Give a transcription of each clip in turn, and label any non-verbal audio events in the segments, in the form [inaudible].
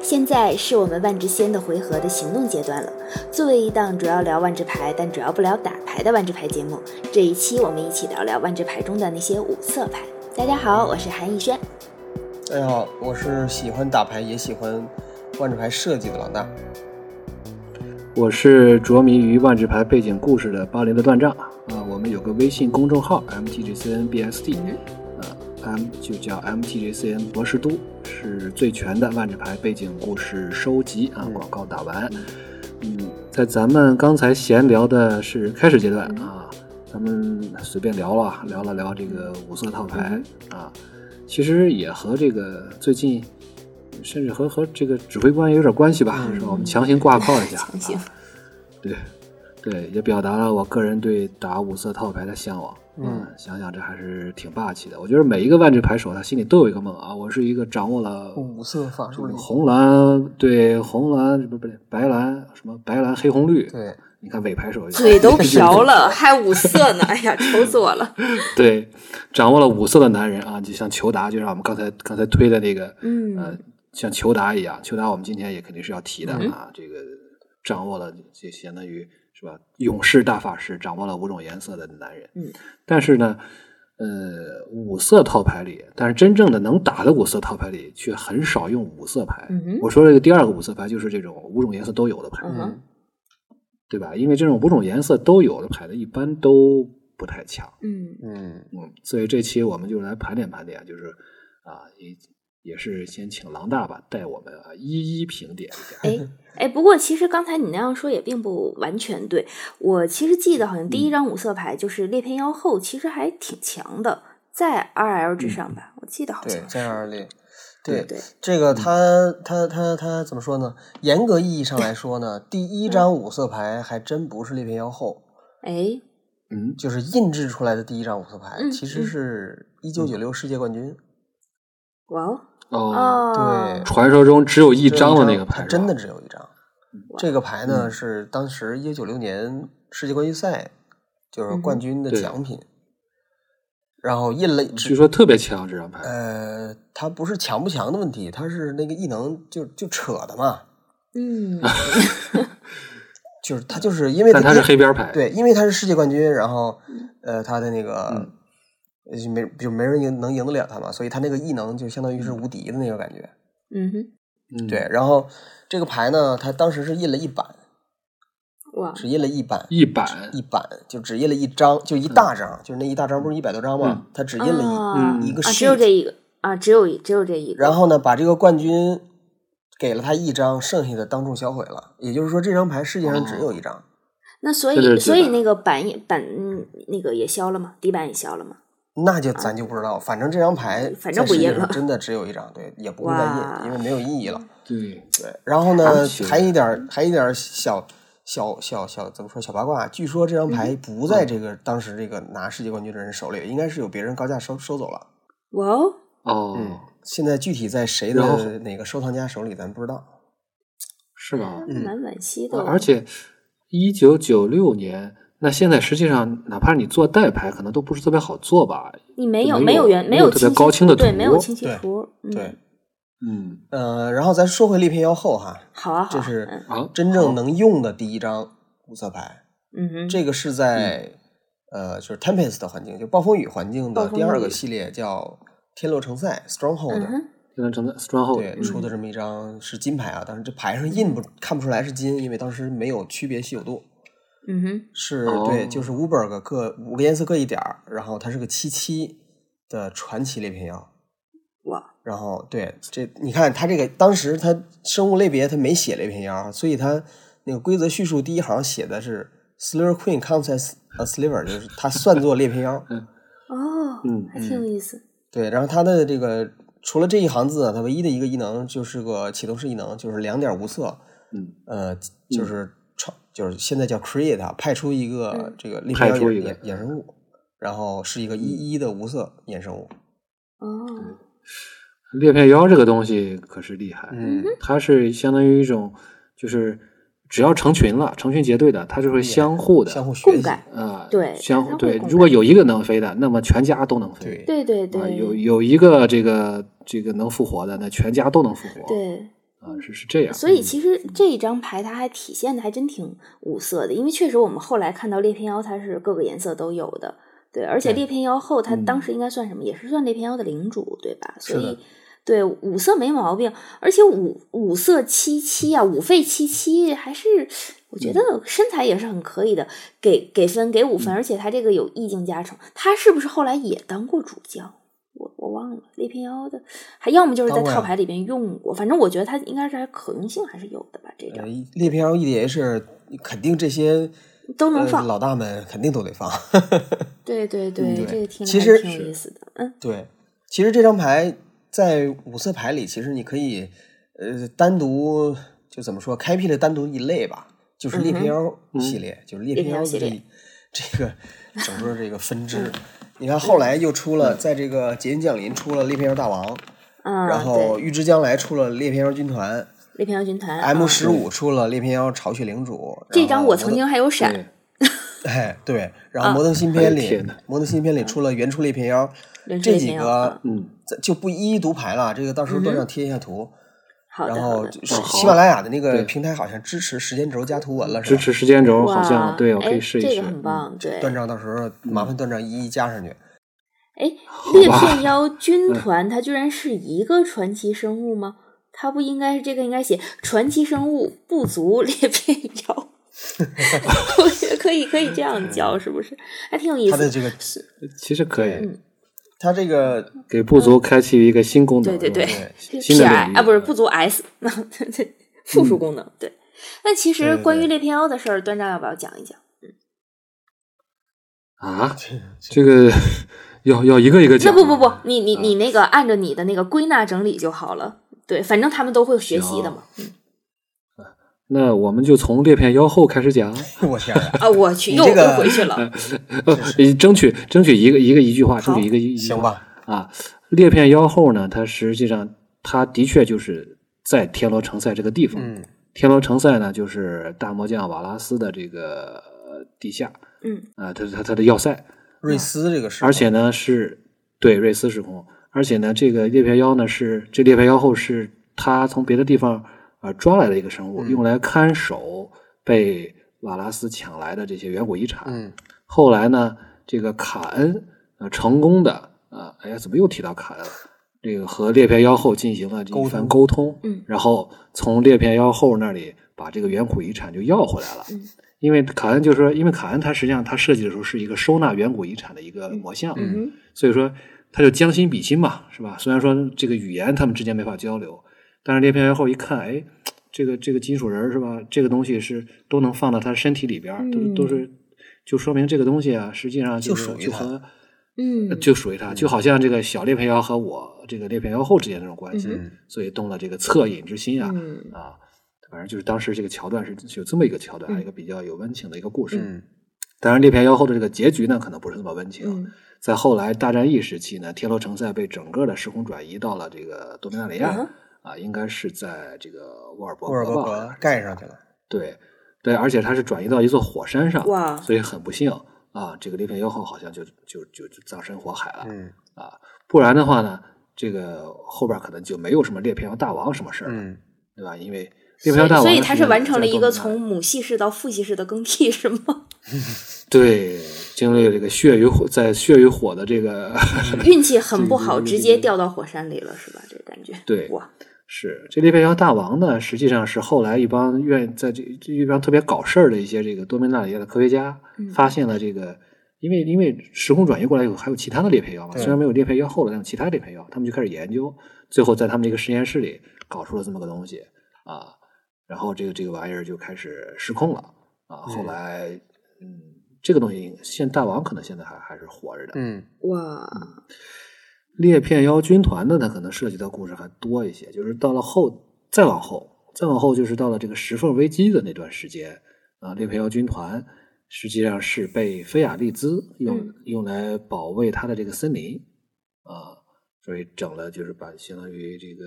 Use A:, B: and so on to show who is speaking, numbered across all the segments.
A: 现在是我们万智仙的回合的行动阶段了。作为一档主要聊万智牌，但主要不聊打牌的万智牌节目，这一期我们一起聊聊万智牌中的那些五色牌。大家好，我是韩逸轩。
B: 大家好，我是喜欢打牌也喜欢万智牌设计的老大。
C: 我是着迷于万智牌背景故事的巴林的断账啊，我们有个微信公众号 mtgcnbsd，啊，m 就叫 mtgcn 博士都，是最全的万智牌背景故事收集啊。广告打完，嗯，在咱们刚才闲聊的是开始阶段啊，咱们随便聊了聊了聊这个五色套牌啊，其实也和这个最近。甚至和和这个指挥官也有点关系吧，是吧？我们强行挂靠一下，
A: 强行
C: 啊对，对，也表达了我个人对打五色套牌的向往。啊
B: 嗯，
C: 想想这还是挺霸气的。我觉得每一个万智牌手他心里都有一个梦啊，我是一个掌握了
B: 五色法
C: 这
B: 术
C: 个
B: 力，
C: 红蓝对红蓝什么不对白蓝什么白蓝黑红绿，
B: 对，
C: 你看伪牌手就
A: 嘴都瓢
C: [laughs]
A: 了，还五色呢！哎呀，愁死我了。
C: 对，掌握了五色的男人啊，就像裘达，就像我们刚才刚才推的那个，
A: 嗯
C: 呃，像裘达一样，裘达我们今天也肯定是要提的
A: 嗯
C: 啊，这个掌握了这相当于是吧，勇士大法师掌握了五种颜色的男人，
A: 嗯，
C: 但是呢，呃，五色套牌里，但是真正的能打的五色套牌里，却很少用五色牌。
A: 嗯哼
C: 我说这个第二个五色牌就是这种五种颜色都有的牌，
A: 嗯哼
C: 对吧？因为这种五种颜色都有的牌呢，一般都不太强。
A: 嗯
B: 嗯
C: 嗯，所以这期我们就来盘点盘点，就是啊，也也是先请狼大吧带我们啊一一评点一下。
A: 哎哎，不过其实刚才你那样说也并不完全对。我其实记得好像第一张五色牌就是裂片妖后，其实还挺强的，在 RL 之上吧，我记得好
B: 对，
A: 像
B: 这
A: 是。
B: 样而立。
A: 对对，
B: 对，这个他他他他怎么说呢？严格意义上来说呢，第一张五色牌还真不是裂变妖后，
A: 哎，
C: 嗯，
B: 就是印制出来的第一张五色牌
A: 嗯，
B: 其实是一九九六世界冠军。
A: 哇哦，
C: 哦，
A: 哦
B: 对，
C: 传说中只有一
B: 只有
C: 张的那个
B: 它
C: 牌，
B: 真的
C: 是吧嗯
B: 只有一张。这个牌呢是当时一九九六年世界冠军赛就是冠军的
C: 嗯哼对
B: 奖品，然后印了只
C: 据说特别强这张牌。
B: 呃，它不是强不强的问题，它是那个异能就就扯的嘛，
C: [laughs]
A: 嗯，
B: 就是它就是因为
C: 但它是黑边牌，，
B: 对，因为他是世界冠军，然后呃，他的那
C: 嗯
B: 个、呃就没就没人赢能赢得了他嘛，所以他那个异能就相当于是无敌的那个感觉。
A: 嗯哼，
C: 嗯、
B: 对，，然后这个牌呢，他当时是印了一版，
A: 哇，
B: 只印了一版，
C: 一版
B: 一版就只印了一张，就一大张，就是那一大张不是一百多张嘛，他只印了一、
A: 啊
B: 一个
A: 啊，
B: sheet
A: 只有这一个啊，只有一只有这一个，
B: 然后呢，把这个冠军给了他一张，剩下的当众销毁了。也就是说，这张牌世界上只有一张。
A: 哦那所
C: 这就
A: 以
C: 是
A: 所
C: 底
A: 以
C: 板
A: 那个板也板嗯那个也消了吗？底板也消了吗？
B: 那就咱就不知道，反正这张牌
A: 嗯反正
B: 在
A: 不
B: 世界
A: 印
B: 上
A: 了
B: 真的只有一张，对，也不会
A: 哇
B: 再印，因为没有意义了。
C: 对，
B: 对，然后呢，
C: 是
B: 还有一点儿，还有一点儿小小小小怎么说小八卦？据说
A: 嗯
B: 这张牌不在这个当时这个拿世界冠军的人手里，应该是有别人高价收收走了。
A: 哇哦，
C: 哦，
B: 嗯，现在具体在谁
C: 然后
B: 的哪个收藏家手里，咱不知道。
C: 是吧？
B: 嗯
A: 还蛮惋惜的
C: 啊
A: 哦，
C: 而且一九九六年，那现在实际上哪怕你做代牌，可能都不是特别好做吧？
A: 你没有
C: 就没
A: 有
C: 有
A: 原
C: 没有
A: 有
C: 特别
A: 清晰
C: 高清的
A: 对，
C: 图
A: 没有清晰
B: 对
A: 图，嗯
B: 对，，
C: 嗯，
B: 呃，然后咱说回裂片妖后哈，
A: 好啊，好
B: 这
A: 啊，
B: 是
C: 啊，
B: 真正能用的第一张五色牌。
A: 嗯哼，
B: 这个是在、呃，就是 Tempest 的环境，就暴风雨环境
A: 暴
B: 的
A: 风
B: 第二
A: 雨
B: 个系列叫天罗城塞
A: 嗯
B: Stronghold，、
A: 哼，
C: 现在正在 Stronghold
B: 对出的这么一张是金牌啊，但是这牌上印不看不出来是金，因为当时没有区别稀有度，
A: 嗯哼，
B: 是、
C: 哦
B: 对，就是五本个各五个颜色各一点儿，然后它是个七七的传奇裂片药。
A: 哇，
B: 然后对这，你看它这个当时它生物类别它没写裂片妖，所以它那个规则叙述第一行写的是 Slur Queen counts as a sliver，就是它算作裂片妖。
A: 哦，
C: 嗯
A: 还挺有意思，
B: 对，然后它的这个除了这一行字啊，它唯一的一个异能就是个启动式异能，就是两点无色，
C: 嗯，
B: 呃，就是创就是现在叫 create 啊，派出一个
A: 嗯
B: 这个裂
C: 派
B: 片妖
C: 出一
B: 衍
C: 个
B: 衍衍生物，然后是一个一一的无色衍生物。
C: 嗯
A: 哦，
C: 裂片妖这个东西可是厉害，
B: 嗯，
C: 它是相当于一种，就是只要成群了，成群结队的，它就会相互的，
B: 相互学
A: 共
B: 习。
A: 感，
C: 啊、
A: 对
C: 相
A: 它会
C: 互对
A: 共。感
C: 如果有一个能飞的，那么全家都能飞。
B: 对
A: 对对
C: 啊，
A: 对，
C: 有有一个这个这个能复活的，那全家都能复活。
A: 对，
C: 啊、啊，是是这样。
A: 所以
C: 嗯
A: 其实这一张牌它还体现的还真挺五色的，因为确实我们后来看到裂片妖它是各个颜色都有的，对，而且
B: 对
A: 裂片妖后它
C: 嗯
A: 当时应该算什么？也是算裂片妖的领主，对吧？所
B: 是的
A: 以。对五色没毛病，而且五五色七七啊，五费七七还是我觉
B: 嗯
A: 得身材也是很可以的，给给分给五分，而且他这个有意境加成，他是不是后来也当过主教？我我忘了裂片妖的，还要么就是在
B: 当过呀
A: 套牌里边用过，反正我觉得它应该是还可用性还是有的吧，这
B: 呃
A: 张，
B: 猎片 EDH 肯定这些
A: 都能
B: 呃
A: 放。
B: 老大们肯定都得放。
A: 对对对，
B: 嗯对
A: 这个听着
B: 其
A: 还
B: 实
A: 挺有
C: 是
A: 意思的。嗯，
B: 对，其实这张牌在五色牌里，其实你可以呃单独就怎么说，开辟了单独一类吧，就是猎
A: 嗯哼
B: 片妖系列，就是猎
A: 猎
B: 片
A: 片
B: 妖
A: 妖系
B: 这
A: 列嗯
B: 这
A: [laughs]
B: 个整个这个分支。你看后来又出了，在这个捷运降临出了猎片妖大王，
A: 啊，
B: 然后
A: 对嗯
B: 预知将来出了猎片妖军团
A: 猎片妖军团
B: ，M
A: 啊
B: 十五出了猎片妖巢穴领主。
A: 这
B: 然
A: 张
B: 后
A: 我
B: 的
A: 曾经嗯还有
C: 对
A: 闪，
B: [laughs] 哎，对，然后《摩登新篇》
C: 哎
B: 里，
C: 天哪
B: 摩登新篇》里出了原初猎片妖，
A: 人是
B: 这
A: 猎
B: 几
A: 片妖
B: 个
A: 啊
C: 嗯，
B: 咱就不一一读牌了，这个到时候端
A: 嗯
B: 上贴一下图。
A: 好的
B: 然
A: 好
B: 后
A: 的，
B: 就是
C: 哦好
B: 喜马拉雅的那个
C: 对
B: 平台好像支持时间轴加图文了，是
C: 支
B: 吧？
C: 持时间轴
A: 哇，
C: 好像对，我可
A: 哎
C: 以试一试。嗯
A: 这个很棒，对。
B: 嗯断章到时候麻烦断章一一加上去。
A: 哎，裂片妖军
C: 嗯
A: 团它居然是一个传奇生物吗？它不应该是这个应该写传奇生物不足裂片
B: [laughs]
A: 妖， [laughs] 我觉得可以可以这样叫，是不是？还挺有意
B: 它的
A: 思。
B: 这个，
C: 嗯其实可以
A: 嗯
B: 它这个
C: 给部族开启一个新功能，
A: 对对
C: 是吧
B: 对 [laughs]
C: 新的
A: P
C: 领
A: I
C: 域嗯
A: 啊，不是不足 S，复数功能对。那其
B: 对
A: 实
B: 对对
A: 关于裂片妖的事儿，端章要不要讲一讲？
C: 啊，这个 [laughs] 要要一个一个
A: 那
C: 讲。
A: 不不不，你你你那个按照你的那个归纳整理就好了。对，反正他们都会学习的嘛。
C: 那我们就从裂片妖后开始讲，
B: 我天
C: [laughs]
B: 啊！
A: 啊，我去，
B: 你
A: 又
B: 这个
A: 又回去了。
C: 呃，争取争取一个一个一句话，
A: 好
C: 争取一个一句
B: 行
C: 话
B: 吧，
C: 啊。裂片妖后呢，它实际上它的确就是在天罗城塞这个地方。
B: 嗯，
C: 天罗城塞呢，就是大魔将瓦拉斯的这个呃地下
A: 嗯，
C: 啊，它它它的要塞。
B: 瑞斯这个是，
C: 而且呢是对瑞斯时空，而且呢这个猎片妖呢是这猎片妖后是他从别的地方呃抓来的一个生物，
B: 嗯
C: 用来看守被瓦拉斯抢来的这些远古遗产。
B: 嗯，
C: 后来呢，这个卡恩呃成功的啊、哎呀，怎么又提到卡恩了？这个和裂片妖后进行了一番沟通，
A: 嗯
C: 然后从裂片妖后那里把这个远古遗产就要回来了。
A: 嗯
C: 因为卡恩就是说，因为卡恩他实际上他设计的时候是一个收纳远古遗产的一个模像，
A: 嗯哼，
C: 所以说他就将心比心嘛，是吧？虽然说这个语言他们之间没法交流，但是裂片妖后一看，哎，这个这个金属人儿是吧？这个东西是都能放到他身体里边儿，
A: 嗯
C: 都都是就说明这个东西啊，实际上
B: 就是属于
C: 就
B: 他
C: 和呃
A: 嗯，
C: 就属于他，就好像这个小裂片妖和我这个裂片妖后之间那种关系，
B: 嗯
C: 所以动了这个恻隐之心啊、
A: 嗯
C: 啊。反正就是当时这个桥段是是有这么一个桥段，
A: 嗯
C: 一个比较有温情的一个故事。
B: 嗯
C: 当然，裂片妖后的这个结局呢，可能不是那么温情。
A: 嗯
C: 在后来大战役时期呢，天罗城塞被整个的时空转移到了这个多米纳里亚、
A: 嗯哼
C: 啊，应该是在这个沃尔伯
B: 沃尔伯
C: 格吧？
B: 格盖上去了，
C: 对对，而且它是转移到一座火山上，
A: 哇
C: 所以很不幸啊，这个裂片妖后好像就就就就葬身火海了。
B: 嗯
C: 不然的话呢，这个后边可能就没有什么裂片妖大王什么事儿了，
B: 嗯，
C: 对吧？因为
A: 所
C: 裂片妖
A: 以
C: 大王
A: 所以它
C: 实
A: 是
C: 际上
A: 完成了
C: 在多
A: 一个
C: 米纳
A: 从母系式到父系式的更替，是吗？
C: 对经历了这个血与火，在血与火的这个
A: 运气很不好，
C: 这个
A: 直接掉到火山里了，是吧？这个感觉。
C: [laughs] 对
A: 哇，
C: 是，这裂变妖大王呢，实际上是后来一帮愿在这这一帮特别搞事儿的一些这个多米纳里亚的科学家
A: 嗯
C: 发现了这个，因为因为时空转移过来以后，还有其他的裂变妖嘛，
B: 对
C: 虽然没有裂变妖后了，但有其他裂变妖，他们就开始研究，最后在他们这个实验室里搞出了这么个东西啊，然后这个这个玩意儿就开始失控了啊，后
B: 嗯
C: 来嗯，这个东西现大王可能现在还还是活着的，
B: 嗯
A: 哇，
C: 裂片妖军团的，它可能涉及到故事还多一些，就是到了后再往后，再往后就是到了这个石缝危机的那段时间啊，裂片妖军团实际上是被菲亚利兹用、
A: 嗯
C: 用来保卫他的这个森林啊，所以整了就是把相当于这个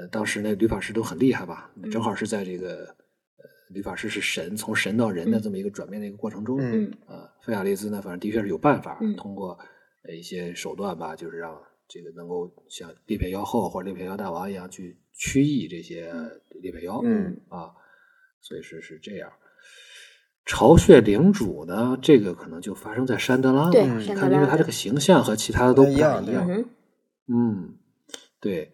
C: 呃，当时那吕法师都很厉害吧，正好是在这个呃吕法师是神从神到人的这么一个转变的一个过程中，
B: 嗯
A: 嗯
C: 呃，菲亚利兹呢，反正的确是有办法，
A: 嗯
C: 通过呃一些手段吧，就是让这个能够像列表妖后或者列表妖大王一样去驱役这些列表妖，
B: 嗯
C: 啊，所以是是这样。巢穴领主呢，这个可能就发生在山德拉了，
A: 对
C: 你
A: 山
C: 看，
A: 德
C: 因为
A: 拉
C: 它这
A: 的
C: 个形象和其他的都
B: 不
C: 不
B: 太
C: 太
B: 一样对
A: 嗯哼，
C: 嗯，对，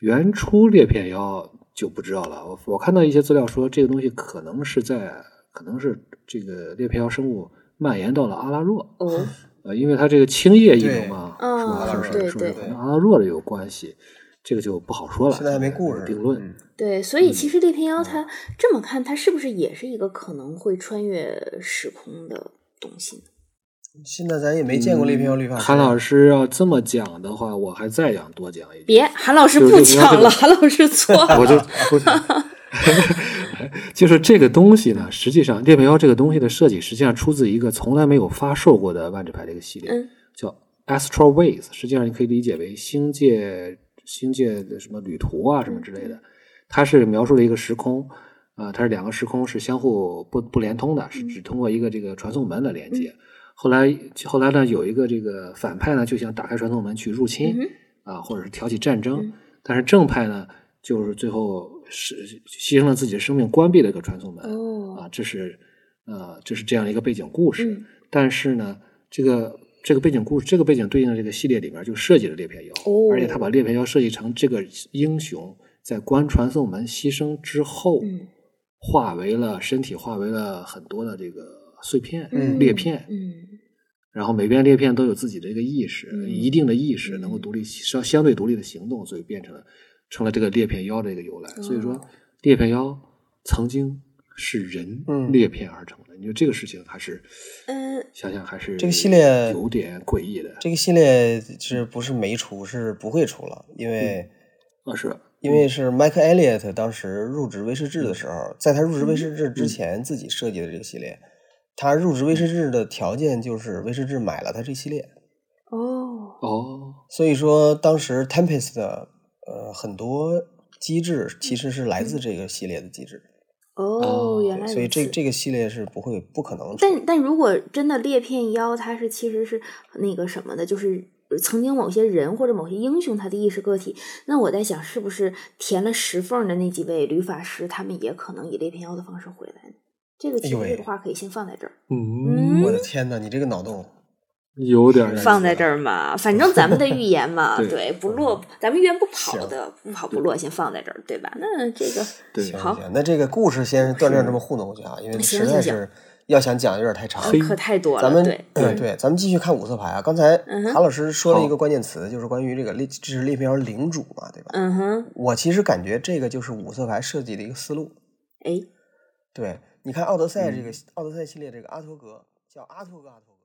C: 原初裂片妖就不知道了。我我看到一些资料说，这个东西可能是在，可能是这个裂片妖生物蔓延到了阿拉若，
A: 哦，
C: 呃，因为它这个青叶异能嘛，
A: 对
C: 是吧？
A: 嗯
C: 是不
A: 对
C: 是？是不是
A: 对
C: 跟阿拉若的有关系？这个就不好说了，
B: 现在还没故
C: 有
B: 事，
C: 定论。
B: 嗯
A: 对，所以其
C: 嗯
A: 实猎片妖它这么看，它是不是也是一个可能会穿越时空的东西呢？
B: 现在咱也没见过
C: 嗯
B: 猎票绿法师。
C: 韩老师要这么讲的话，我还再想多讲一句。
A: 别，韩老师
C: 就是
A: 不
C: 这个
A: 讲
C: 这
A: 了，
C: 个
A: 韩老师错
C: [laughs] 我
A: 了。
C: 就我就就是这个东西呢，实际上裂变妖这个东西的设计，实际上出自一个从来没有发售过的万智牌这个系列，
A: 嗯
C: 叫 Astral Ways。实际上你可以理解为星界星界的什么旅途啊什么之类
A: 嗯
C: 的，它是描述了一个时空。啊，它是两个时空是相互不不连通的，是
A: 嗯
C: 只通过一个这个传送门来连接。后来后来呢，有一个这个反派呢，就想打开传送门去入侵，
A: 嗯
C: 啊，或者是挑起战争。
A: 嗯
C: 但是正派呢，就是最后是牺牲了自己的生命，关闭了一个传送门。
A: 哦，
C: 啊，这是呃，这是这样一个背景故事。
A: 嗯
C: 但是呢，这个这个背景故事，这个背景对应的这个系列里面就设计了裂片妖，
A: 哦
C: 而且他把裂片妖设计成这个英雄在关传送门牺牲之后，
A: 嗯
C: 化为了身体，化为了很多的这个碎片、
B: 嗯
C: 裂片，
A: 嗯
C: 然后每边裂片都有自己的一个意识，
A: 嗯
C: 一定的意识
A: 嗯
C: 能够独立相相对独立的行动，所以变成了成了这个裂片妖的一个由来。
A: 哦
C: 所以说，裂片妖曾经是人
B: 嗯
C: 裂片而成的。你说这个事情还是
A: 嗯，
C: 想想还是
B: 这个系列
C: 有点诡异的，
B: 这个系列是不是没出，是不会出了，因为、
C: 啊是
A: 嗯
B: 因为是麦克艾利 l 特当时入职威士忌的时候，在他
A: 嗯
B: 入职威士忌之前自己设计的这个系列，他入职威
A: 嗯
B: 士忌的条件就是威士忌买了他这系列，
A: 哦，
C: 哦，
B: 所以说当时 Tempest 的呃很多机制其实是来自这个系列的机制，
A: 哦，
C: 哦
A: 嗯原来如此。
B: 所以这这个系列是不会不可能出的。
A: 但但如果真的裂片妖，它是其实是那个什么的，就是呃曾经某些人或者某些英雄他的意识个体，那我在想，是不是填了石缝的那几位旅法师，他们也可能以裂片妖的方式回来呢？这个其实
B: 哎呦喂
A: 这个话可以先放在这儿，
C: 嗯，
B: 我的天呐，你这个脑洞！
C: 有点意思
A: 放在这。儿嘛，反正咱们的预言嘛，
C: 对
A: 不落，咱们预言不跑
B: 嗯行
A: 的，不跑不落，先放在这儿，对吧？那这个
C: 对
B: 行
A: 好
B: 行，那这个故事先断章这么糊弄过去啊，因为
A: 行
B: 实在
A: 行
B: 是要想讲有点太长。
C: 嘿
A: 嗯可太多了，
B: 咱们
A: 对，
B: 嗯 [clears throat] 对，咱们继续看五色牌啊。刚才
A: 嗯哼
B: 韩老师说了一
C: 好
B: 个关键词，就是关于这个列，这是列片领主嘛，对吧？
A: 嗯哼，
B: 我其实感觉这个就是五色牌设计的一个思路。
A: 哎，
B: 对，你看奥德赛这个、奥德赛系列这个阿托格叫阿托格阿托格。